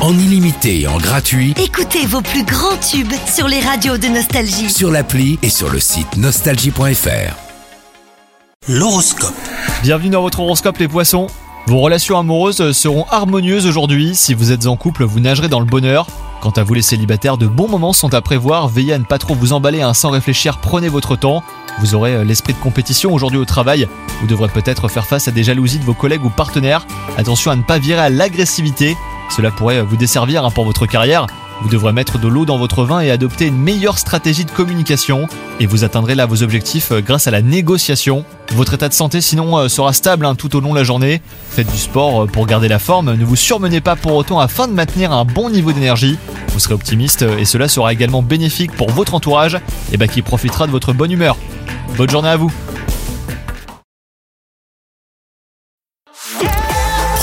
en illimité et en gratuit Écoutez vos plus grands tubes sur les radios de Nostalgie. sur l'appli et sur le site nostalgie.fr. L'horoscope. Bienvenue dans votre horoscope les poissons. Vos relations amoureuses seront harmonieuses aujourd'hui. Si vous êtes en couple, vous nagerez dans le bonheur. Quant à vous les célibataires, de bons moments sont à prévoir. Veillez à ne pas trop vous emballer hein, sans réfléchir, prenez votre temps. Vous aurez euh, l'esprit de compétition aujourd'hui au travail. Vous devrez peut-être faire face à des jalousies de vos collègues ou partenaires. Attention à ne pas virer à l'agressivité. Cela pourrait euh, vous desservir hein, pour votre carrière. Vous devrez mettre de l'eau dans votre vin et adopter une meilleure stratégie de communication. Et vous atteindrez là vos objectifs euh, grâce à la négociation. Votre état de santé sinon euh, sera stable hein, tout au long de la journée. Faites du sport euh, pour garder la forme. Ne vous surmenez pas pour autant afin de maintenir un bon niveau d'énergie. Vous serez optimiste euh, et cela sera également bénéfique pour votre entourage et bah, qui profitera de votre bonne humeur. Bonne journée à vous